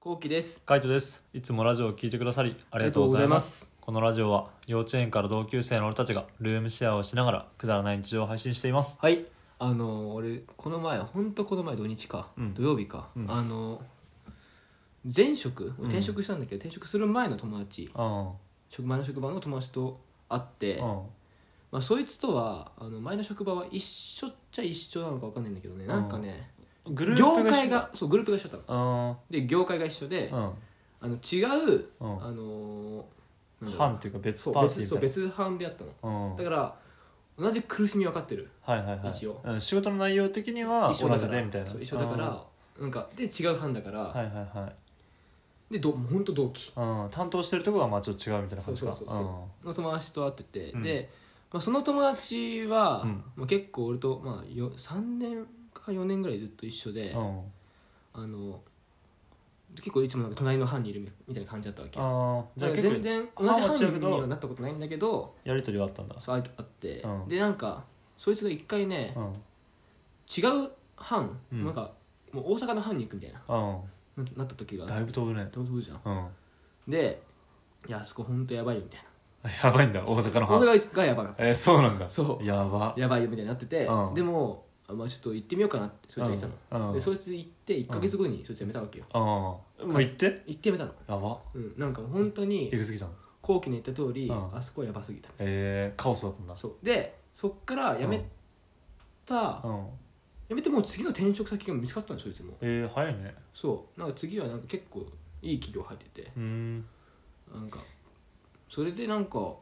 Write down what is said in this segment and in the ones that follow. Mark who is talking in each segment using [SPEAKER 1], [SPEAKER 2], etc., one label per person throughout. [SPEAKER 1] こうきです。
[SPEAKER 2] カイトですいつもラジオを聞いてくださりありがとうございます
[SPEAKER 1] ありがとうございます
[SPEAKER 2] このラジオは幼稚園から同級生の俺たちがルームシェアをしながらくだらない日常を配信しています
[SPEAKER 1] はい。あのー俺この前ほんとこの前土日か、
[SPEAKER 2] うん
[SPEAKER 1] 土曜日か、
[SPEAKER 2] うん
[SPEAKER 1] あのー前職俺転職したんだけど、転職する前の友達
[SPEAKER 2] うん
[SPEAKER 1] 職前の職場の友達と会って、
[SPEAKER 2] うん
[SPEAKER 1] まあ、そいつとはあの前の職場は一緒っちゃ一緒なのか分かんないんだけどねなんかね、
[SPEAKER 2] グルー
[SPEAKER 1] 業
[SPEAKER 2] プが
[SPEAKER 1] 界
[SPEAKER 2] 一緒
[SPEAKER 1] がそうグループが一緒だったので業界が一緒で、
[SPEAKER 2] うん
[SPEAKER 1] あの違う、
[SPEAKER 2] うん
[SPEAKER 1] あのー
[SPEAKER 2] う
[SPEAKER 1] なんんだろう
[SPEAKER 2] 班っていうか別
[SPEAKER 1] そう
[SPEAKER 2] パーティー
[SPEAKER 1] 別
[SPEAKER 2] み
[SPEAKER 1] そ
[SPEAKER 2] た
[SPEAKER 1] う
[SPEAKER 2] いな
[SPEAKER 1] 別班でやったの
[SPEAKER 2] うん
[SPEAKER 1] だから同じ苦しみ分かってる
[SPEAKER 2] はいはいはい
[SPEAKER 1] 一応
[SPEAKER 2] うん仕事の内容的には
[SPEAKER 1] 一緒
[SPEAKER 2] 同
[SPEAKER 1] だか
[SPEAKER 2] じ
[SPEAKER 1] ら
[SPEAKER 2] でみたいな
[SPEAKER 1] そう一緒だからなんかで違う班だから、
[SPEAKER 2] うんはいはいはい
[SPEAKER 1] でどもうほんと同期
[SPEAKER 2] うん担当してるとこがまあちょっと違うみたいな感じか
[SPEAKER 1] そうそうそうその友達と会ってて、
[SPEAKER 2] うん
[SPEAKER 1] で、まあ、その友達は、
[SPEAKER 2] うん
[SPEAKER 1] まあ、結構俺と、まあ、よ3年か4年ぐらいずっと一緒で、
[SPEAKER 2] うんうん
[SPEAKER 1] あの結構いつもなんか隣の班にいるみみたいな感じだったわけだか
[SPEAKER 2] あーじゃあ
[SPEAKER 1] ら
[SPEAKER 2] 結
[SPEAKER 1] 全
[SPEAKER 2] 構
[SPEAKER 1] 然同
[SPEAKER 2] 班
[SPEAKER 1] じ班
[SPEAKER 2] は違うけ
[SPEAKER 1] に
[SPEAKER 2] ど
[SPEAKER 1] はなったことないんだけど
[SPEAKER 2] やりとりはあったんだ
[SPEAKER 1] そうあいあって、
[SPEAKER 2] うん
[SPEAKER 1] でなんかそいつが一回ね、
[SPEAKER 2] うん
[SPEAKER 1] 違う班、
[SPEAKER 2] うん
[SPEAKER 1] なんかもう大阪の班に行くみたいな
[SPEAKER 2] う
[SPEAKER 1] ななった時があっ
[SPEAKER 2] ん
[SPEAKER 1] て
[SPEAKER 2] だいぶ飛ぶね
[SPEAKER 1] どうするじゃん
[SPEAKER 2] うん
[SPEAKER 1] でいやあそこ本当やばいよみたい
[SPEAKER 2] やばいんだ大阪の
[SPEAKER 1] な
[SPEAKER 2] 班
[SPEAKER 1] 俺ががやばかっ
[SPEAKER 2] えー、そうなんだ
[SPEAKER 1] たそう
[SPEAKER 2] やば
[SPEAKER 1] やばいよみたいになってて、
[SPEAKER 2] うん
[SPEAKER 1] でも、あまあ、ちょっと行ってみようかなってそいつが言ってたの、
[SPEAKER 2] うん
[SPEAKER 1] でそいつ行って1か月後にそいつ辞めたわけよ、
[SPEAKER 2] うんもう行って
[SPEAKER 1] 行ってやめたの
[SPEAKER 2] やば
[SPEAKER 1] うんなんか本当に
[SPEAKER 2] えぐすぎたの
[SPEAKER 1] 後期の言った通り、
[SPEAKER 2] うん
[SPEAKER 1] あそこはやばすぎた
[SPEAKER 2] えー、カオスだったんだ
[SPEAKER 1] そうでそっから辞めた、
[SPEAKER 2] うん
[SPEAKER 1] 辞めてもう次の転職先が見つかったのそいつも
[SPEAKER 2] えー、早いね
[SPEAKER 1] そうなんか次はなんか結構いい企業入ってて
[SPEAKER 2] うーん
[SPEAKER 1] なんかそれでなんか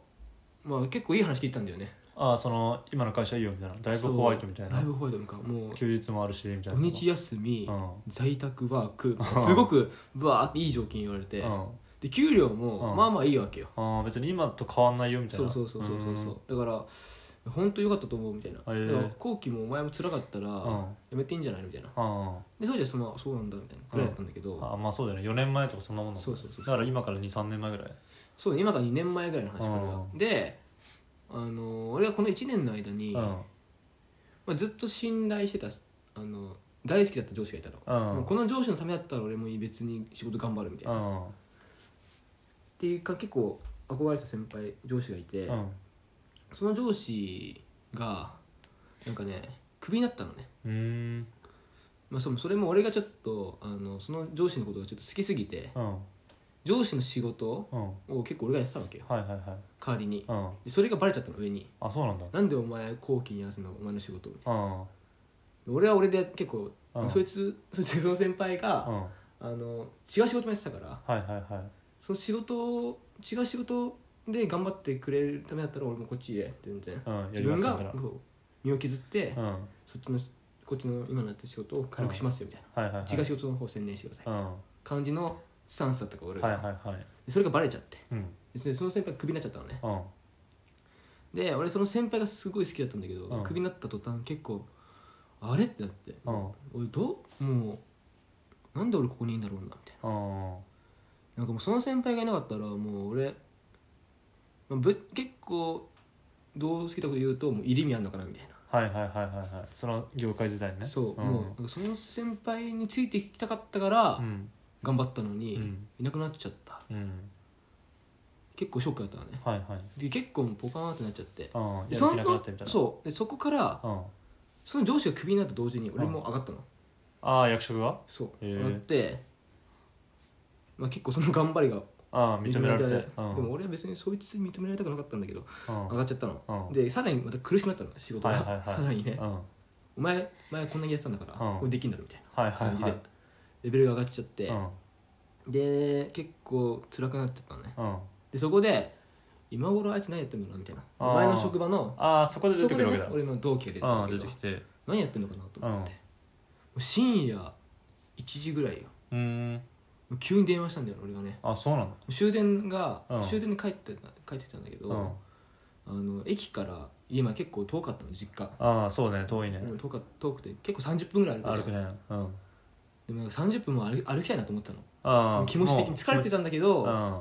[SPEAKER 1] まあ結構いい話聞いたんだよね
[SPEAKER 2] ああその今の会社いいよみたいなだいぶホワイトみたい
[SPEAKER 1] そう
[SPEAKER 2] な
[SPEAKER 1] ライブホワイトなんかもう
[SPEAKER 2] 休日もあるしみたい
[SPEAKER 1] 土
[SPEAKER 2] な
[SPEAKER 1] 日休み、
[SPEAKER 2] うん
[SPEAKER 1] 在宅ワークすごくバーっていい条件言われて、
[SPEAKER 2] うん
[SPEAKER 1] で給料
[SPEAKER 2] う
[SPEAKER 1] も
[SPEAKER 2] ん
[SPEAKER 1] まあまあいいわけよ、
[SPEAKER 2] ああ別に今と変わんないよみたい
[SPEAKER 1] そう
[SPEAKER 2] な
[SPEAKER 1] そうそうそうそう
[SPEAKER 2] ーん
[SPEAKER 1] そうだから本当良かったと思うみたいな、
[SPEAKER 2] へえ
[SPEAKER 1] だから後期もお前も辛かったら
[SPEAKER 2] うん
[SPEAKER 1] やめていいんじゃないみたいな
[SPEAKER 2] あ
[SPEAKER 1] でそうじゃそのそうなんだみたいなくらいだったんだけど、
[SPEAKER 2] ーあまあそうだよね4年前とかそんなもんだもん
[SPEAKER 1] そうそうそう
[SPEAKER 2] だから今から23年前ぐらい
[SPEAKER 1] そう今から2年前ぐらいの話これは
[SPEAKER 2] う
[SPEAKER 1] であの俺がこの1年の間に、
[SPEAKER 2] うん
[SPEAKER 1] まあ、ずっと信頼してたあの大好きだった上司がいたの、
[SPEAKER 2] うん
[SPEAKER 1] もうこの上司のためだったら俺も別に仕事頑張るみたいな
[SPEAKER 2] うん
[SPEAKER 1] っていうか結構憧れてた先輩上司がいて、
[SPEAKER 2] うん
[SPEAKER 1] その上司がなんかねクビになったのね、
[SPEAKER 2] うーん
[SPEAKER 1] まあ、そそれも俺がちょっとあのその上司のことがちょっと好きすぎて
[SPEAKER 2] うん
[SPEAKER 1] 上司の仕事
[SPEAKER 2] うん
[SPEAKER 1] を結構俺がやってたわけよ
[SPEAKER 2] はいはいはい
[SPEAKER 1] 代わりに
[SPEAKER 2] うん
[SPEAKER 1] でそれがバレちゃったの上に
[SPEAKER 2] あそうなんだ
[SPEAKER 1] なんでお前後期にやらせるのお前の仕事みたい
[SPEAKER 2] うん
[SPEAKER 1] な俺は俺で結構、
[SPEAKER 2] うん
[SPEAKER 1] そいつ そいつその先輩
[SPEAKER 2] う
[SPEAKER 1] が、
[SPEAKER 2] ん
[SPEAKER 1] あの違う仕事もやってたから
[SPEAKER 2] はいはいはい
[SPEAKER 1] その仕事を違う仕事で頑張ってくれるためだったら俺もこっちへ全然
[SPEAKER 2] うんや
[SPEAKER 1] 自
[SPEAKER 2] りま
[SPEAKER 1] 分
[SPEAKER 2] すよ
[SPEAKER 1] が
[SPEAKER 2] みたいな
[SPEAKER 1] そう身を削って、
[SPEAKER 2] うんは
[SPEAKER 1] そっちのこっちの今のやってる仕事を軽くしますよみたいな、
[SPEAKER 2] いはいはい
[SPEAKER 1] 違う仕事の方専念してください、
[SPEAKER 2] うんは
[SPEAKER 1] 感じのスタンスだったから俺
[SPEAKER 2] い
[SPEAKER 1] が、
[SPEAKER 2] はいはい
[SPEAKER 1] でそれがバレちゃって
[SPEAKER 2] うん
[SPEAKER 1] 別にその先輩がクビになっちゃったのね
[SPEAKER 2] うん
[SPEAKER 1] で俺その先輩がすごい好きだったんだけど、
[SPEAKER 2] うん
[SPEAKER 1] クビになった途端結構あれってなって、
[SPEAKER 2] うん
[SPEAKER 1] 俺どうもうなんで俺ここにいんだろうなみたいな
[SPEAKER 2] うん
[SPEAKER 1] なんかもうその先輩がいなかったらもう俺まあぶ結構どう好きなこと言うともう入り身あんのかなみたいな
[SPEAKER 2] はいはいはいはいはいその業界時代ね
[SPEAKER 1] そう、
[SPEAKER 2] ん
[SPEAKER 1] もうなんかその先輩についていきたかったから
[SPEAKER 2] うん
[SPEAKER 1] 頑張ったの
[SPEAKER 2] う
[SPEAKER 1] に、
[SPEAKER 2] ん
[SPEAKER 1] いなくなっちゃった
[SPEAKER 2] うん
[SPEAKER 1] 結構ショックだったのね
[SPEAKER 2] はいはい
[SPEAKER 1] で結構もうポカーンってなっちゃって
[SPEAKER 2] うん
[SPEAKER 1] で
[SPEAKER 2] や
[SPEAKER 1] そ
[SPEAKER 2] る気なくなったみ
[SPEAKER 1] の
[SPEAKER 2] たいな
[SPEAKER 1] そうでそこから
[SPEAKER 2] うん
[SPEAKER 1] その上司がクビになった同時に俺も上がったの、
[SPEAKER 2] ああ役職が
[SPEAKER 1] そう
[SPEAKER 2] へえ
[SPEAKER 1] 上がって、まあ、結構その頑張りが
[SPEAKER 2] ああ認められて
[SPEAKER 1] で
[SPEAKER 2] うん
[SPEAKER 1] も俺は別にそいつに認められたくなかったんだけど
[SPEAKER 2] うん
[SPEAKER 1] 上がっちゃったの
[SPEAKER 2] うん
[SPEAKER 1] でさらにまた苦しくなったの仕事が、
[SPEAKER 2] はいはいはい
[SPEAKER 1] さらにね、
[SPEAKER 2] うん
[SPEAKER 1] お前前こんなにやってたんだから、
[SPEAKER 2] うん
[SPEAKER 1] これできんだろみたい
[SPEAKER 2] はい
[SPEAKER 1] な
[SPEAKER 2] はい
[SPEAKER 1] 感じ
[SPEAKER 2] は
[SPEAKER 1] で、
[SPEAKER 2] い
[SPEAKER 1] レベルが上がっちゃって
[SPEAKER 2] う、ん
[SPEAKER 1] で結構辛くなってたのね
[SPEAKER 2] うん
[SPEAKER 1] でそこで今頃あいつ何やってんだろうなみたいな
[SPEAKER 2] あー
[SPEAKER 1] 前の職場の
[SPEAKER 2] ああそこで出
[SPEAKER 1] そ
[SPEAKER 2] て
[SPEAKER 1] こで
[SPEAKER 2] くるわ
[SPEAKER 1] ね
[SPEAKER 2] けだ
[SPEAKER 1] 俺の同期が出てたん
[SPEAKER 2] う
[SPEAKER 1] だ
[SPEAKER 2] ん
[SPEAKER 1] け
[SPEAKER 2] 出
[SPEAKER 1] ど
[SPEAKER 2] てきて
[SPEAKER 1] 何やってんのかなと
[SPEAKER 2] う
[SPEAKER 1] 思って、
[SPEAKER 2] ん
[SPEAKER 1] もう深夜1時ぐらいよ
[SPEAKER 2] うん
[SPEAKER 1] もう急に電話したんだよ俺がね
[SPEAKER 2] あそうなの
[SPEAKER 1] もう終電が、
[SPEAKER 2] うん
[SPEAKER 1] 終電で帰ってた帰ってきたんだけど、
[SPEAKER 2] うん
[SPEAKER 1] あの駅から家まで結構遠かったの実家、
[SPEAKER 2] ああそうね遠いね
[SPEAKER 1] うん遠か遠くて結構30分ぐらい歩くじゃん
[SPEAKER 2] 歩くねうん
[SPEAKER 1] でもなんか30分も歩き歩きたいなと思ったの
[SPEAKER 2] ああ
[SPEAKER 1] 気持ち的に疲れてたんだけど、
[SPEAKER 2] うん
[SPEAKER 1] な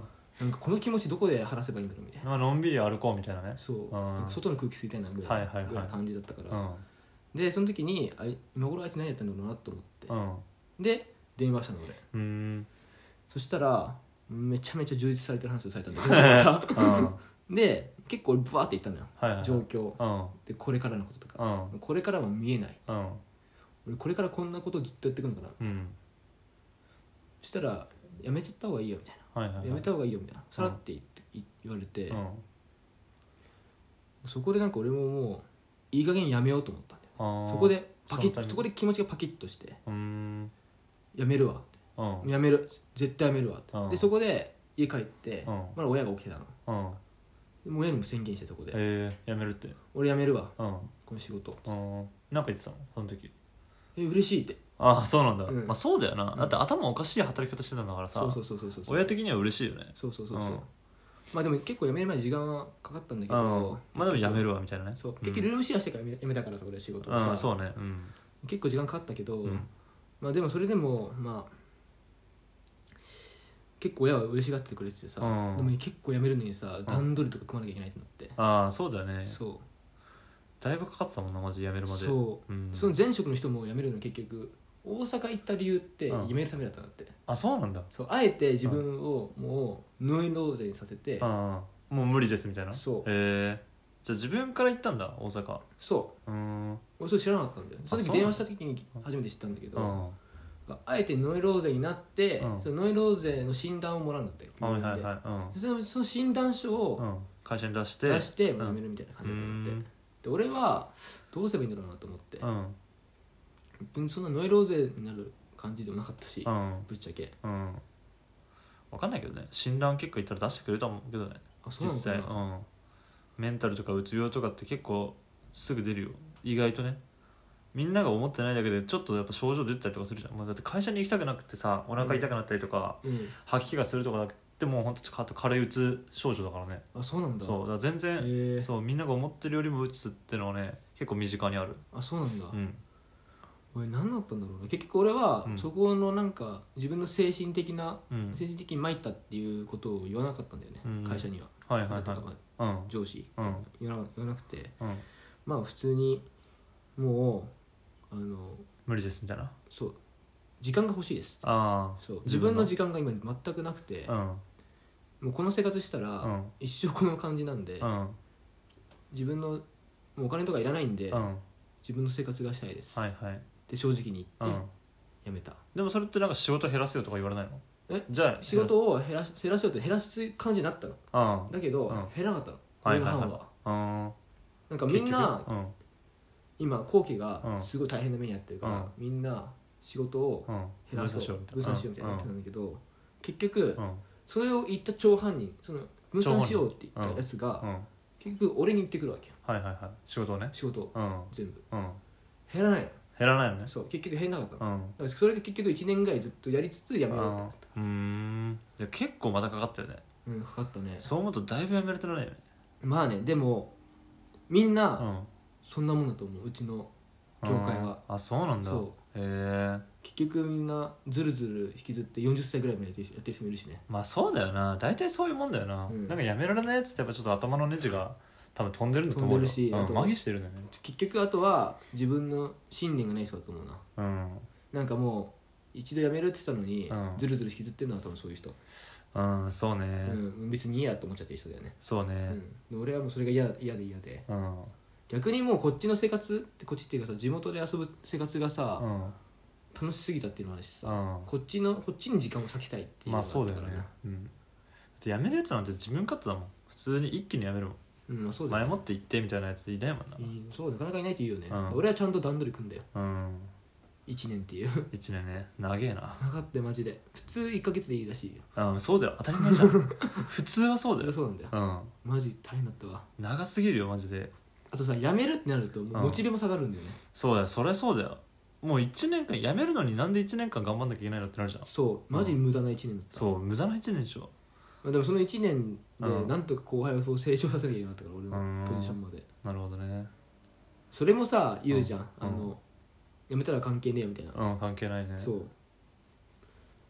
[SPEAKER 1] んかこの気持ちどこで晴らせばいいんだろうみたいな
[SPEAKER 2] まあのんびり歩こうみたいなね
[SPEAKER 1] そう、
[SPEAKER 2] うん
[SPEAKER 1] なんか外の空気吸いたいなぐらい,、
[SPEAKER 2] はいはいはい
[SPEAKER 1] ぐらいの感じだったから、
[SPEAKER 2] うん
[SPEAKER 1] でその時にあい今頃あいつ何やってんだろうなと思って
[SPEAKER 2] う、ん
[SPEAKER 1] で電話したの俺
[SPEAKER 2] うーん
[SPEAKER 1] そしたらめちゃめちゃ充実されてる話をされたんですよ ま
[SPEAKER 2] うんは
[SPEAKER 1] たで結構ブワーって言ったのよ
[SPEAKER 2] いはいはい
[SPEAKER 1] 状況
[SPEAKER 2] うん
[SPEAKER 1] でこれからのこととか
[SPEAKER 2] うん
[SPEAKER 1] これからも見えない
[SPEAKER 2] うん
[SPEAKER 1] 俺これからこんなことずっとやってくのかな
[SPEAKER 2] うん
[SPEAKER 1] そしたらやめちゃった方がいいよみたい
[SPEAKER 2] はいはいは
[SPEAKER 1] ないやめた方がいいよみたいなさらって言ってい言われて
[SPEAKER 2] うん
[SPEAKER 1] そこでなんか俺ももういい加減やめようと思ったんだよ
[SPEAKER 2] あー
[SPEAKER 1] そこでパキッ
[SPEAKER 2] そのタイミング
[SPEAKER 1] とそこで気持ちがパキッとして
[SPEAKER 2] うーん
[SPEAKER 1] やめるわ
[SPEAKER 2] うん
[SPEAKER 1] やめる絶対やめるわ
[SPEAKER 2] うん
[SPEAKER 1] でそこで家帰って
[SPEAKER 2] うん
[SPEAKER 1] まだ親が起きてたの
[SPEAKER 2] うん
[SPEAKER 1] でもう親にも宣言してそこで
[SPEAKER 2] えー、やめるって
[SPEAKER 1] 俺やめるわ
[SPEAKER 2] うん
[SPEAKER 1] この仕事
[SPEAKER 2] うんなんか言ってたのその時
[SPEAKER 1] え嬉しいって
[SPEAKER 2] ああそうなんだ、
[SPEAKER 1] うん
[SPEAKER 2] まあそうだよな、
[SPEAKER 1] うん
[SPEAKER 2] だって頭おかしい働き方してたんだからさ
[SPEAKER 1] そうそうそうそうそう
[SPEAKER 2] 親的には嬉しいよね
[SPEAKER 1] そうそうそうそう
[SPEAKER 2] うん
[SPEAKER 1] まあでも結構やめる前に時間はかかったんだけ
[SPEAKER 2] うん
[SPEAKER 1] ど
[SPEAKER 2] まあでもやめるわみたいなね
[SPEAKER 1] そう
[SPEAKER 2] うん
[SPEAKER 1] 結局ルームシェアしてからやめやめたからさ俺仕事を
[SPEAKER 2] うん、
[SPEAKER 1] さ
[SPEAKER 2] そうねうん
[SPEAKER 1] 結構時間かかったけど
[SPEAKER 2] うん
[SPEAKER 1] まあでもそれでもまあ結構親は嬉しがってくれててさで
[SPEAKER 2] うん
[SPEAKER 1] も結構やめるのにさ
[SPEAKER 2] ん
[SPEAKER 1] 段取りとか組まなきゃいけないってなって
[SPEAKER 2] ああそうだよね
[SPEAKER 1] そ
[SPEAKER 2] だいぶかかってたもんなマジやめる
[SPEAKER 1] う
[SPEAKER 2] まで、
[SPEAKER 1] そう
[SPEAKER 2] ん、
[SPEAKER 1] うその前職の人も辞めるの結局大阪行った理由って辞
[SPEAKER 2] うん
[SPEAKER 1] めるためだったんだって
[SPEAKER 2] あそうなんだ
[SPEAKER 1] そうあえて自分をもうノイノーデにさせて
[SPEAKER 2] ああもう無理ですみたいな
[SPEAKER 1] そう
[SPEAKER 2] へえじゃあ自分から行ったんだ大阪
[SPEAKER 1] そう
[SPEAKER 2] ーんうん
[SPEAKER 1] う俺それ知らなかったんだよその
[SPEAKER 2] あ
[SPEAKER 1] 時
[SPEAKER 2] そうな
[SPEAKER 1] 電
[SPEAKER 2] の
[SPEAKER 1] 話した時に初めて知ったんだけど
[SPEAKER 2] あ
[SPEAKER 1] あえてノイローゼになって、
[SPEAKER 2] うん
[SPEAKER 1] そのノイローゼの診断をもらうんだって
[SPEAKER 2] はいはい
[SPEAKER 1] で
[SPEAKER 2] はいうん
[SPEAKER 1] そのその診断書
[SPEAKER 2] う
[SPEAKER 1] を
[SPEAKER 2] ん、会社に出して
[SPEAKER 1] 出して
[SPEAKER 2] ん
[SPEAKER 1] もう辞めるみたいな感じだったんだっ
[SPEAKER 2] うん
[SPEAKER 1] てで俺はどうすればいいんだろうなと思って
[SPEAKER 2] うん
[SPEAKER 1] 別にそんなノイローゼになる感じでもなかったし
[SPEAKER 2] うん
[SPEAKER 1] ぶっちゃけ
[SPEAKER 2] うん分かんないけどね診断結構いったら出してくれたもんけどね
[SPEAKER 1] あそう
[SPEAKER 2] 実
[SPEAKER 1] なのか
[SPEAKER 2] 際
[SPEAKER 1] な
[SPEAKER 2] うんメンタルとかうつ病とかって結構すぐ出るよ意外とねみんなが思ってないだけでちょっとやっぱ症状出てたりとかするじゃん、もうだって会社に行きたくなくてさお腹痛くなったりとか、
[SPEAKER 1] うん
[SPEAKER 2] 吐き気がするとかなくてもうほんと軽いうつ症状だからね
[SPEAKER 1] あそうなんだ
[SPEAKER 2] そうだから全然、
[SPEAKER 1] へー
[SPEAKER 2] そうみんなが思ってるよりもうつってのはね結構身近にある
[SPEAKER 1] あそうなんだ、
[SPEAKER 2] うん
[SPEAKER 1] 俺何だったんだろうな結局俺は
[SPEAKER 2] うん
[SPEAKER 1] そこのなんか自分の精神的な、
[SPEAKER 2] うん
[SPEAKER 1] 精神的に参ったっていうことを言わなかったんだよね、
[SPEAKER 2] うん
[SPEAKER 1] 会社には、
[SPEAKER 2] はいはいはい
[SPEAKER 1] だからまあ
[SPEAKER 2] うん
[SPEAKER 1] 上司
[SPEAKER 2] うん
[SPEAKER 1] 言わな言わなくて
[SPEAKER 2] うん
[SPEAKER 1] まあ普通にもうあの
[SPEAKER 2] 無理ですみたいな
[SPEAKER 1] そう時間が欲しいです
[SPEAKER 2] ああ
[SPEAKER 1] そう自分の時間が今全くなくて、
[SPEAKER 2] うん
[SPEAKER 1] もうこの生活したら、
[SPEAKER 2] うん
[SPEAKER 1] 一生この感じなんで、
[SPEAKER 2] うん
[SPEAKER 1] 自分のもうお金とかいらないんで、
[SPEAKER 2] うん
[SPEAKER 1] 自分の生活がしたいです、
[SPEAKER 2] はいはい
[SPEAKER 1] って正直に
[SPEAKER 2] う
[SPEAKER 1] 言って
[SPEAKER 2] ん
[SPEAKER 1] 辞めた、
[SPEAKER 2] でもそれってなんか仕事減らせよとか言われないの
[SPEAKER 1] え
[SPEAKER 2] じゃあ
[SPEAKER 1] 仕事を減らし減らしようって減らす感じになったの
[SPEAKER 2] うん
[SPEAKER 1] だけど、
[SPEAKER 2] うん
[SPEAKER 1] 減らなかったの
[SPEAKER 2] は
[SPEAKER 1] 俺
[SPEAKER 2] い
[SPEAKER 1] の
[SPEAKER 2] はい
[SPEAKER 1] 班は,、
[SPEAKER 2] はう
[SPEAKER 1] な
[SPEAKER 2] ん
[SPEAKER 1] んかみんな
[SPEAKER 2] 結局うん
[SPEAKER 1] 今後期が
[SPEAKER 2] うん
[SPEAKER 1] すごい大変な目にやってるから、
[SPEAKER 2] うん
[SPEAKER 1] みんな仕事を
[SPEAKER 2] うん
[SPEAKER 1] 減らそう分
[SPEAKER 2] 分
[SPEAKER 1] 散
[SPEAKER 2] 散
[SPEAKER 1] し
[SPEAKER 2] し
[SPEAKER 1] よ
[SPEAKER 2] よ
[SPEAKER 1] う
[SPEAKER 2] う
[SPEAKER 1] みたいになっ
[SPEAKER 2] みたいなうん
[SPEAKER 1] てたんだけど結局
[SPEAKER 2] うん
[SPEAKER 1] それを言った張犯人その分散しようって言ったやつが、
[SPEAKER 2] うん
[SPEAKER 1] 結局俺に言ってくるわけよ
[SPEAKER 2] はいはいはい仕事をね
[SPEAKER 1] 仕事を
[SPEAKER 2] うん
[SPEAKER 1] 全部
[SPEAKER 2] うん
[SPEAKER 1] 減らないの
[SPEAKER 2] 減らないのね
[SPEAKER 1] そう結局減らなかったの、
[SPEAKER 2] うん
[SPEAKER 1] だからそれが結局1年ぐらいずっとやりつつやめようってなっ
[SPEAKER 2] うーんじゃあ結構またかかったよね
[SPEAKER 1] たうんかかったね
[SPEAKER 2] そう思うとだいぶやめれてないよね
[SPEAKER 1] まあねでもみん
[SPEAKER 2] う
[SPEAKER 1] なんそんなもんだと思ううちの業界は
[SPEAKER 2] あそうなんだへ
[SPEAKER 1] そ
[SPEAKER 2] え
[SPEAKER 1] 結局みんなずるずる引きずって40歳ぐらいまでやってる人やってる人もいるしね
[SPEAKER 2] まあそうだよな大体そういうもんだよな、
[SPEAKER 1] うん
[SPEAKER 2] なんかやめられないやつってやっぱちょっと頭のネジが多分飛んでるんだと思うよ
[SPEAKER 1] 飛んでるし
[SPEAKER 2] うん
[SPEAKER 1] あと
[SPEAKER 2] 麻痺してるんだよね
[SPEAKER 1] 結局あとは自分の信念がない人だと思うな
[SPEAKER 2] うん
[SPEAKER 1] なんかもう一度辞めるって言ったのに、
[SPEAKER 2] うん
[SPEAKER 1] ずるずる引きずってるのは多分そういう人、
[SPEAKER 2] うんそうね、
[SPEAKER 1] うん、別にいいやと思っちゃってる人だよね、
[SPEAKER 2] そうね
[SPEAKER 1] うん、で俺はもうそれが嫌嫌で嫌で
[SPEAKER 2] うん
[SPEAKER 1] 逆にもうこっちの生活ってこっちっていうかさ地元で遊ぶ生活がさ
[SPEAKER 2] う、ん
[SPEAKER 1] 楽しすぎたっていうのもあるしさ、
[SPEAKER 2] うん
[SPEAKER 1] こっちのこっちに時間を割きたいっていうの
[SPEAKER 2] ま
[SPEAKER 1] が
[SPEAKER 2] あ
[SPEAKER 1] あ
[SPEAKER 2] そう
[SPEAKER 1] っ
[SPEAKER 2] だ
[SPEAKER 1] た
[SPEAKER 2] よ
[SPEAKER 1] から
[SPEAKER 2] ね
[SPEAKER 1] な、
[SPEAKER 2] うんだってやめるやつなんて自分勝手だもん普通に一気にやめるもん、
[SPEAKER 1] うんまあそうだ
[SPEAKER 2] 前
[SPEAKER 1] よね
[SPEAKER 2] もって行ってみたいなやついないもんな
[SPEAKER 1] うんそうなかなかいないって言うよね、
[SPEAKER 2] うん
[SPEAKER 1] 俺はちゃんと段取り組んだよ
[SPEAKER 2] うん
[SPEAKER 1] 1年っていう
[SPEAKER 2] 1年ね長えな
[SPEAKER 1] なかったよマジで普通1か月でいいらしいよ
[SPEAKER 2] うんそうだよ当たり前じゃん 普通はそう
[SPEAKER 1] 普
[SPEAKER 2] だ
[SPEAKER 1] 通
[SPEAKER 2] よ
[SPEAKER 1] そうなんだよ
[SPEAKER 2] うん
[SPEAKER 1] マジ大変だったわ
[SPEAKER 2] 長すぎるよマジで
[SPEAKER 1] あとさ辞めるってなるともう
[SPEAKER 2] うん
[SPEAKER 1] モチベも下がるんだよね、
[SPEAKER 2] そうだよそりゃそうだよもう1年間辞めるのになんで1年間頑張んなきゃいけないのってなるじゃん
[SPEAKER 1] そうマジ無駄な1年だった、
[SPEAKER 2] そう無駄な1年でしょ
[SPEAKER 1] まあ、でもその1年
[SPEAKER 2] う
[SPEAKER 1] で
[SPEAKER 2] ん
[SPEAKER 1] なんとか後輩をそう成長させなきゃいけなかったから俺
[SPEAKER 2] うん
[SPEAKER 1] のポジションまで
[SPEAKER 2] なるほどね
[SPEAKER 1] それもさ言うじゃん、
[SPEAKER 2] うん
[SPEAKER 1] あの辞めたら関係ねえよみたいな、
[SPEAKER 2] うん関係ないね
[SPEAKER 1] そう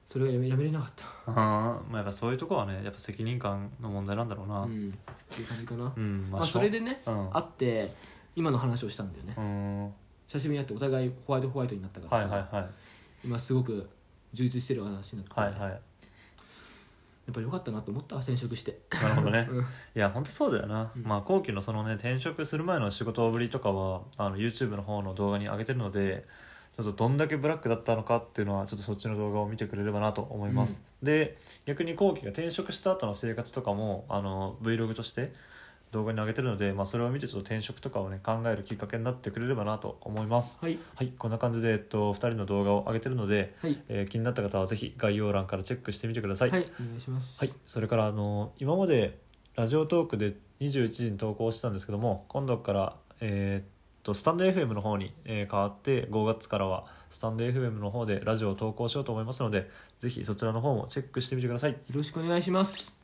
[SPEAKER 1] それがやめやめれなかった
[SPEAKER 2] うんまあやっぱそういうとこはねやっぱ責任感の問題なんだろうな
[SPEAKER 1] うんっていう感じかな、
[SPEAKER 2] うん、
[SPEAKER 1] まあ、それ
[SPEAKER 2] で
[SPEAKER 1] でね
[SPEAKER 2] うん
[SPEAKER 1] 会って今の話をしたんだよね
[SPEAKER 2] うんは
[SPEAKER 1] 久しぶりに会ってお互いホワイトホワイトになった
[SPEAKER 2] い
[SPEAKER 1] から
[SPEAKER 2] はい
[SPEAKER 1] さ、
[SPEAKER 2] はい
[SPEAKER 1] 今すごく充実してる話になって、
[SPEAKER 2] はいはい
[SPEAKER 1] っぱ良かったなと思ったわ転職して
[SPEAKER 2] なるほどね
[SPEAKER 1] うん
[SPEAKER 2] いや本当そうだよな、
[SPEAKER 1] うん
[SPEAKER 2] まあ後期のそのね転職する前の仕事ぶりとかはあの YouTube の方の動画に上げてるのでちょっとどんだけブラックだったのかっていうのはちょっとそっちの動画を見てくれればなと思います、で逆に後期が転職した後の生活とかもあの Vlog として動画に上げてるので、まあ、それを見てちょっと転職とかをね考えるきっかけになってくれればなと思います
[SPEAKER 1] はい
[SPEAKER 2] はいこんな感じで、えっと、2人の動画を上げてるので、
[SPEAKER 1] はい
[SPEAKER 2] えー気になった方はぜひ概要欄からチェックしてみてください、
[SPEAKER 1] はいお願いします
[SPEAKER 2] はい、それからあの今までラジオトークで21時に投稿してたんですけども今度から、えーっとスタンド FM の方に、えー変わって5月からはスタンド FM の方でラジオを投稿しようと思いますのでぜひそちらの方もチェックしてみてください。
[SPEAKER 1] よろしくお願いします